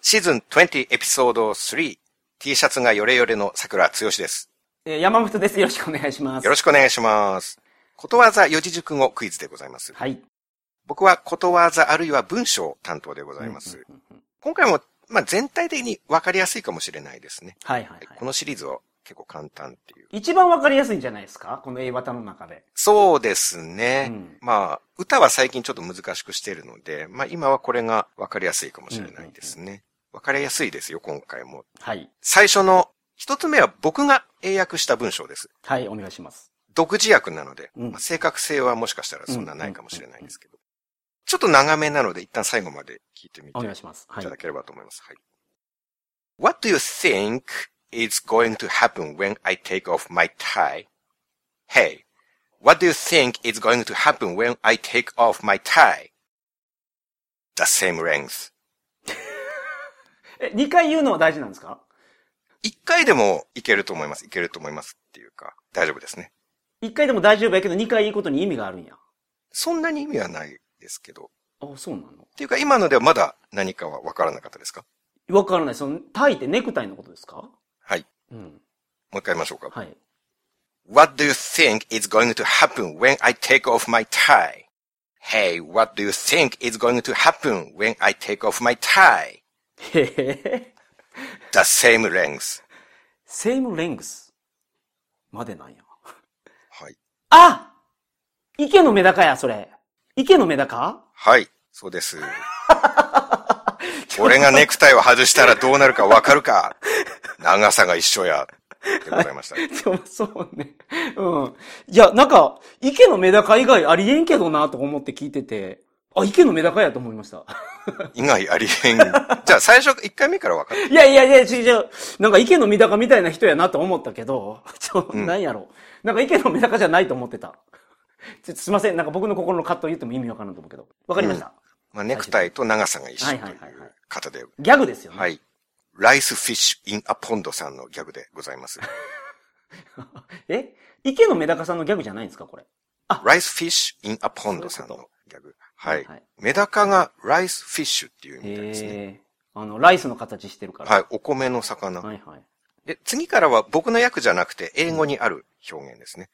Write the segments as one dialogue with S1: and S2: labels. S1: シーズン20エピソード 3T シャツがヨレヨレの桜つよしです。
S2: えー山本です。よろしくお願いします。
S1: よろしくお願いします。ことわざ四字熟語クイズでございます。
S2: はい。
S1: 僕はことわざあるいは文章担当でございます。
S2: うんうんうんうん
S1: 今回も、まあ、全体的に分かりやすいかもしれないですね。
S2: はいはい
S1: こ
S2: は
S1: のシリーズは結構簡単っていう。
S2: い。一番わかりやすいんじゃないですかこの A 型の中で。
S1: そうです
S2: う
S1: ね。
S2: ん。
S1: まあ、歌は最近ちょっと難しくしてるので、まあ今はこれが分かりやすいかもしれないですね。分かりやすいですよ、今回も。
S2: はい。
S1: 最初の一つ目は僕が英訳した文章です。
S2: はい、お願いします。
S1: 独自訳なので、
S2: うん
S1: まあ正確性はもしかしたらそんなないかもしれないですけど。ちょっと長めなので、一旦最後まで聞いてみて
S2: お願い
S1: い
S2: します。はい
S1: た。だければと思います。はい。What do you think is going to happen when I take off my tie?Hey, what do you think is going to happen when I take off my tie?The same length.
S2: え、2回言うのは大事なんですか
S1: 一回でもいけると思います。いけると思いますっていうか、大丈夫ですね。
S2: ?1 回でも大丈夫やけど、2回言うことに意味があるんや。
S1: そんなに意味はないですけど。っ
S2: あ、そうなの
S1: ていうか、今のではまだ何かはわからなかったですか
S2: わからない。その、タイってネクタイのことですか
S1: はい。
S2: うん。
S1: もう一回言いましょうか。
S2: はい。
S1: What do you think is going to happen when I take off my tie? Hey, what do you think is going to happen when I take off my tie?
S2: へへ
S1: The same length.
S2: セイムレングスまでなんや。
S1: はい。
S2: あ池のメダカや、それ。池のメダカ
S1: はい。そう です。俺がネクタイを外したらどうなるかわかるか。長さが一緒や。でございました。
S2: でもそうね。うん。いや、なんか、池のメダカ以外ありえんけどなとか思って聞いてて、あ、池のメダカやと思い ました。
S1: 以外ありえん。じゃあ最初、一回目からわかる。
S2: いやいやいや、違う違う。なんか池のメダカみたいな人やなと思ったけど、ちょ、
S1: うん
S2: なんやろ。なんか池のメダカじゃないと思ってた。ちょすいません。なんか僕の心の葛藤言っても意味わからんと思うけど。わかりました。
S1: まあ、ネクタイと長さが一緒
S2: は
S1: とい
S2: いうはいはいはい
S1: 方で。
S2: ギャグですよね。
S1: はい。ライスフィッシュインアポンドさんのギャグでござい ます。
S2: え池のメダカさんのギャグじゃないんですかこれ。
S1: ライスフィッシュインアポンドさんのギャグ。はい。
S2: はい
S1: メダカがライスフィッシュっていうみたいですね。
S2: へえ。あの、ライスの形してるから。
S1: はい。お米の魚、
S2: はいはい。
S1: で、次からは僕の訳じゃなくて英語にある表現ですね。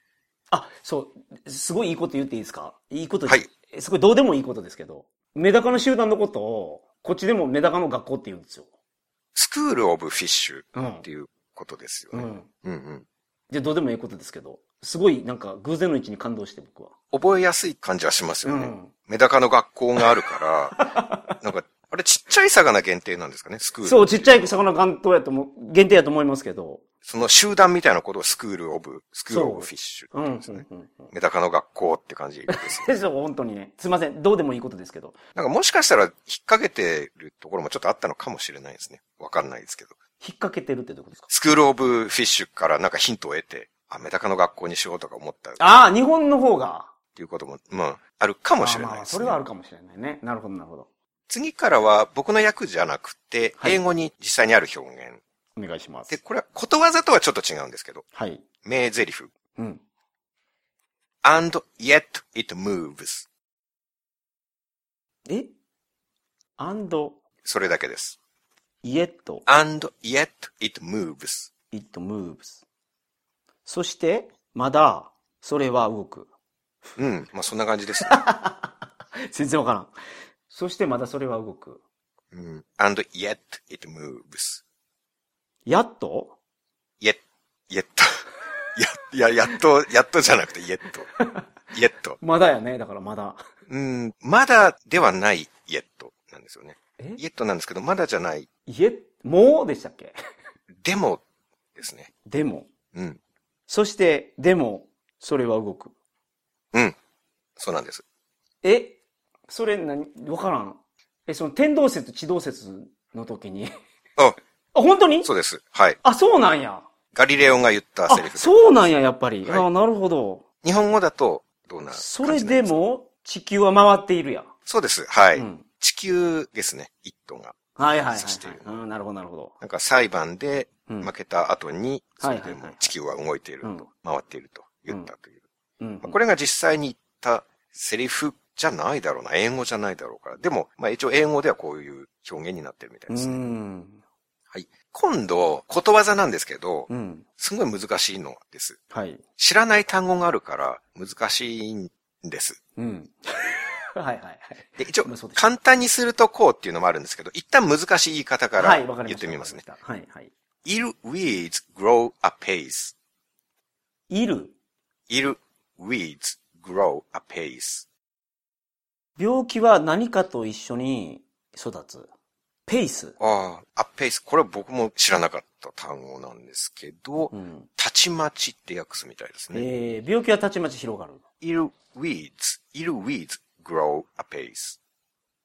S2: あ、そう、すごいいいこと言っていいですかいいこと、
S1: はい
S2: えすごいどうでもいいことですけど、メダカの集団のことを、こっちでもメダカの学校って言うんですよ。
S1: スクールオブフィッシュっ
S2: うん
S1: て。いうことです
S2: う
S1: よね。
S2: ん。
S1: うん、うん
S2: で、どうでもいいことですけど、すごいなんか偶然の位置に感動して僕は。
S1: 覚えやすい感じはします
S2: う
S1: よね。
S2: ん。
S1: メダカの学校がある から、なんか、あれちっちゃい魚限定なんですかね、スクール。
S2: そう、ちっちゃい魚関東やと思う、限定やと思いますけど。
S1: その集団みたいなことをスクールオブ、スクールオブフィッシュって
S2: うん、う
S1: 言うん
S2: ん
S1: ですね。、
S2: うん。うん
S1: メダカの学校って感じですよね。
S2: でしょ、本当にね。すいません、どうでもいいことですけど。
S1: なんかもしかしたら引っ掛けてるところもちょっとあったのかもしれないですね。わかんないですけど。
S2: 引っ掛けてるってどういうことですか
S1: スクールオブフィッシュからなんかヒントを得て、あ、メダカの学校にしようとか思ったっ
S2: ああ、日本の方が。
S1: ていうことも、うん、あるかもしれない
S2: あま
S1: で
S2: あ
S1: す
S2: そ
S1: ね。
S2: れはあるかもしれないね。なるほど、なるほど。
S1: 次からは僕の役じゃなくて、
S2: はい
S1: 英語に実際にある表現。
S2: お願いしま
S1: で、
S2: す。
S1: これはことわざとはちょっと違うんですけど、
S2: はい。
S1: 名台詞。
S2: うん。
S1: and yet it moves。
S2: え ?and
S1: それだけです。
S2: yet
S1: and yet it moves。
S2: it moves. そして、まだ、それは動く。
S1: うん。まあ、そんな感じですね。
S2: 全然わからん。そして、まだそれは動く。
S1: うん。and yet it moves。
S2: やっと
S1: yet, yet. や、いや、やっと、やっとじゃなくて、yet。yet.
S2: まだやね。だからまだ。
S1: うん、まだではない、イエットなんですよね。
S2: え
S1: イエットなんですけど、まだじゃない、
S2: いえ、もうでしたっけ
S1: でもですね。
S2: でも。
S1: うん。
S2: そして、でも、それは動く。
S1: うん。そうなんです。
S2: えそれ何わからん。え、その天動説、地動説の時に。
S1: あ、
S2: あ、本当に
S1: そうです。はい。
S2: あ、そうなんや。
S1: ガリレオが言った
S2: あ
S1: セリ、フ。
S2: そうなんや、やっぱり。
S1: はい
S2: あ、なるほど。
S1: 日本語だと、どうな
S2: そ
S1: 感
S2: れ
S1: じなん
S2: です
S1: か
S2: も、地球は回っているや。
S1: そうです。はい。
S2: うん。
S1: 地球ですね、イットが。
S2: はいはいはい、
S1: 指してい
S2: はい
S1: る。
S2: うん、なるほど、なるほど。
S1: なんか裁判で
S2: うん。
S1: 負けた後に、そ
S2: はい
S1: れ
S2: はいは
S1: で
S2: いはい
S1: も地球は動いている
S2: うん
S1: と、回っていると言ったという。
S2: うん
S1: まあこれが実際に言ったセリフじゃないだろうな。英語じゃないだろうから。でも、まあ一応英語ではこういう表現になってるみたいうですね。
S2: ん。
S1: はい。今度、ことわざなんですけど、
S2: うん。
S1: すごい難しいのです。
S2: はい。
S1: 知らない単語があるから難しいんです。
S2: うん。 はいはいはい。
S1: で、一応
S2: まあそう、です
S1: 簡単にするとこうっていうのもあるんですけど、一旦難しい言い方か
S2: は
S1: ら
S2: い、わか
S1: 言
S2: りまし
S1: ったてみますね。。
S2: わかりましたはいはい。
S1: いる weeds grow apace.
S2: いる。
S1: いる weeds grow apace.
S2: 病気は何かと一緒に育つ。ペース。
S1: ああ、apace。これは僕も知らなかった単語なんですけど、
S2: うん。
S1: たちまちって訳すみたいですね。
S2: えー、病気はたちまち広がる。
S1: いる weeds, いる weeds grow apace.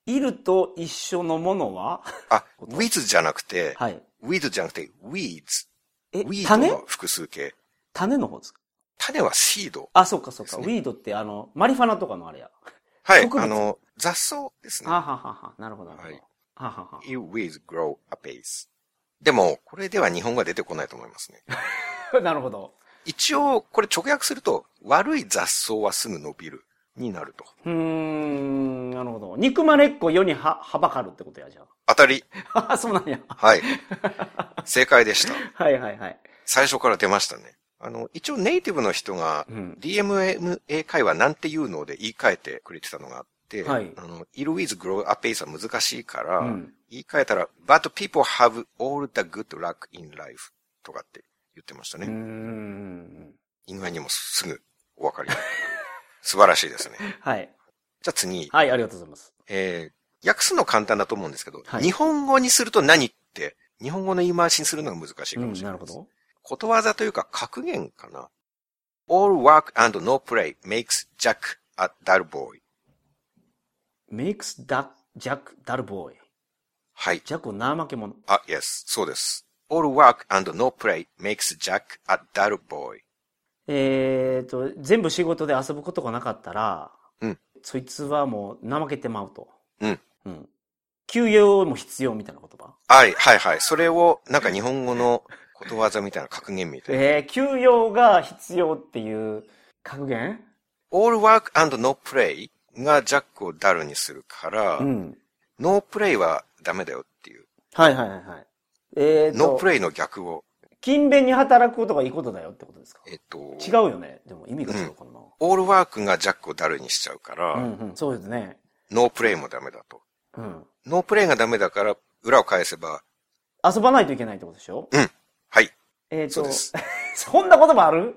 S2: いると一緒のものは
S1: あ、with じゃなくて、
S2: はい。
S1: with じゃなくて weeds。
S2: え、
S1: weed
S2: 種
S1: の複数形。
S2: 種の方ですか
S1: 種はシード。
S2: あ、そうかそうか。
S1: で
S2: ウ
S1: すね
S2: ィードってあの、マリファナとかのあれや。
S1: はい
S2: 植。物
S1: あの、雑草ですね
S2: あ。ははは。なるほど。なるほど
S1: はい
S2: ははは。
S1: You with grow apace. でも、これでは日本語が出てこないと思い ますね。
S2: なるほど。
S1: 一応、これ直訳すると、悪い雑草はすぐ伸びるになると。
S2: うーん、なるほど。憎まれっ子世には、はばかるってことや、じゃ
S1: 当たり。
S2: あ。 あそうなんや。
S1: はい。正解で した。
S2: はいはいはい。
S1: 最初から出ましたね。あの、一応ネイティブの人が
S2: う、ん。
S1: DMA 会話なんていうので言い換えてくれてたのがあって、
S2: はい
S1: あの、いる with grow apace は難しいから、
S2: うん。
S1: 言い換えたら、but people have all the good luck in life とかって言ってました
S2: うー
S1: ね。
S2: ん。
S1: 意外にもすぐお分かりになる。 素晴らしいですね。
S2: はい。
S1: じゃあ次、
S2: はい、ありがとうございます。
S1: えー、訳すの簡単だと思うんですけど、
S2: はい
S1: 日本語にすると何って、日本語の言い回しにするのが難しいうか
S2: ん
S1: も、しれ
S2: な
S1: な
S2: る
S1: い
S2: ほ
S1: です。
S2: ど。
S1: ことわざというか格言かな。all work and no play makes Jack a dull boy.
S2: makes that Jack dull boy.
S1: はい。
S2: Jack を怠け者。
S1: あ、yes, そうです。all work and no play makes Jack a dull boy.
S2: えーと、全部仕事で遊ぶことがなかったら、
S1: うん
S2: そいつはもう怠けてまうと。
S1: うん。
S2: うん。休養も必要みたいな言葉。
S1: はい、はい、はい。それを、なんか日本語のことわざみたいな格言みたいな。
S2: えー、休養が必要っていう格言
S1: all work and no play がジャックをダルにするから、
S2: ん。
S1: no play はダメだよっていう。
S2: はいはいはいはい。えー、
S1: no
S2: と、
S1: play の逆を、
S2: 勤勉に働くことがいいことだよってことですか
S1: えっと、
S2: 違うよね。でも意味が違うかな。
S1: all work がジャックをダルにしちゃうから、
S2: うん、うん、そうですね。
S1: no play もダメだと。
S2: うん。
S1: no play がダメだから、裏を返せば、
S2: 遊ばないといけないってことでしょ
S1: はい。
S2: えー、と、
S1: そうです。
S2: そんな言葉ある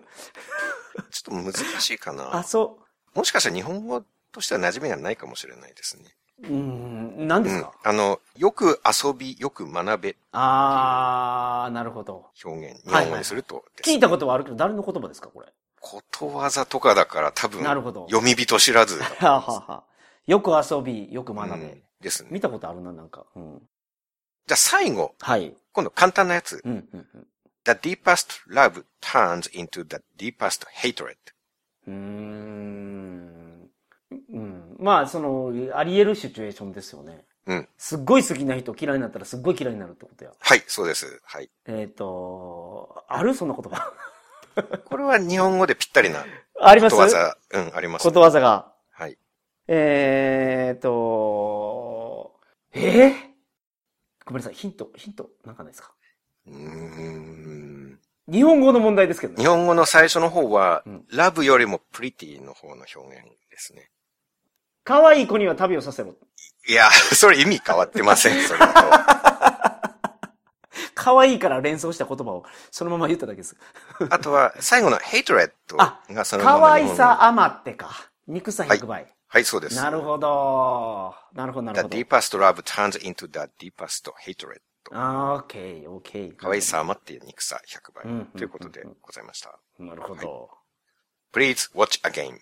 S1: ちょっと難しいか
S2: あ、
S1: な。
S2: そ
S1: もしかしたら日本語としては馴染みがないかもしれないですね。
S2: う。うん、何ですか、
S1: うん。あの、よく遊び、よく学べ
S2: あー、なるほど。
S1: 表現、日
S2: はい
S1: 本語にするとですね
S2: 聞いたことはあるけど、誰の言葉ですかこれ。
S1: ことわざとかだから多分、
S2: なるほど
S1: 読み人知らずだと
S2: はあ
S1: 思い
S2: は
S1: ます
S2: あはあよく遊び、よく学べ。
S1: うんですね。
S2: 見たことあるな、なんか。うん。
S1: じゃあ最後、
S2: はい。
S1: 今度簡単なやつ。
S2: うん、うん、うん。
S1: The deepest love turns into the deepest hatred.
S2: うーん。うん。まあ、その、あり得るシチュエーションですよね。
S1: うん。
S2: すっごい好きな人嫌いになったらすっごい嫌いになるってことや。
S1: はい、そうです。はい。
S2: えっ、と、あるそんな言 葉。
S1: これは日本語でぴったりな
S2: あり
S1: こ
S2: ます
S1: とわざ、うん、あります
S2: こ。とわざが。
S1: はい。
S2: えっ、と、えー、ごめんなさい、ヒント、ヒント、なんかないですか
S1: うーん
S2: 日本語の問題ですけど
S1: 日
S2: ね。
S1: 本語の最初の方は
S2: うん、
S1: ラブよりもプリティの方の表現ですね。
S2: 可愛い子には旅をさせろ。
S1: いや、それ意味変わってません、それだ
S2: 可愛いから連想した言葉をそのまま言っただけです。
S1: と。あとは、最後の hatred
S2: あ
S1: がそのまま日
S2: 可愛
S1: 本語
S2: さ余ってか。憎さ100倍。
S1: はい、そうです。
S2: なるほど。なるほど、なる
S1: The
S2: ほど。
S1: deepest love turns into the deepest hatred.
S2: あー、オッケー、オッケー。
S1: 可愛さ余って憎さ100倍、
S2: うんうんうんうん
S1: ということでございました。
S2: なるほど。
S1: Please watch again.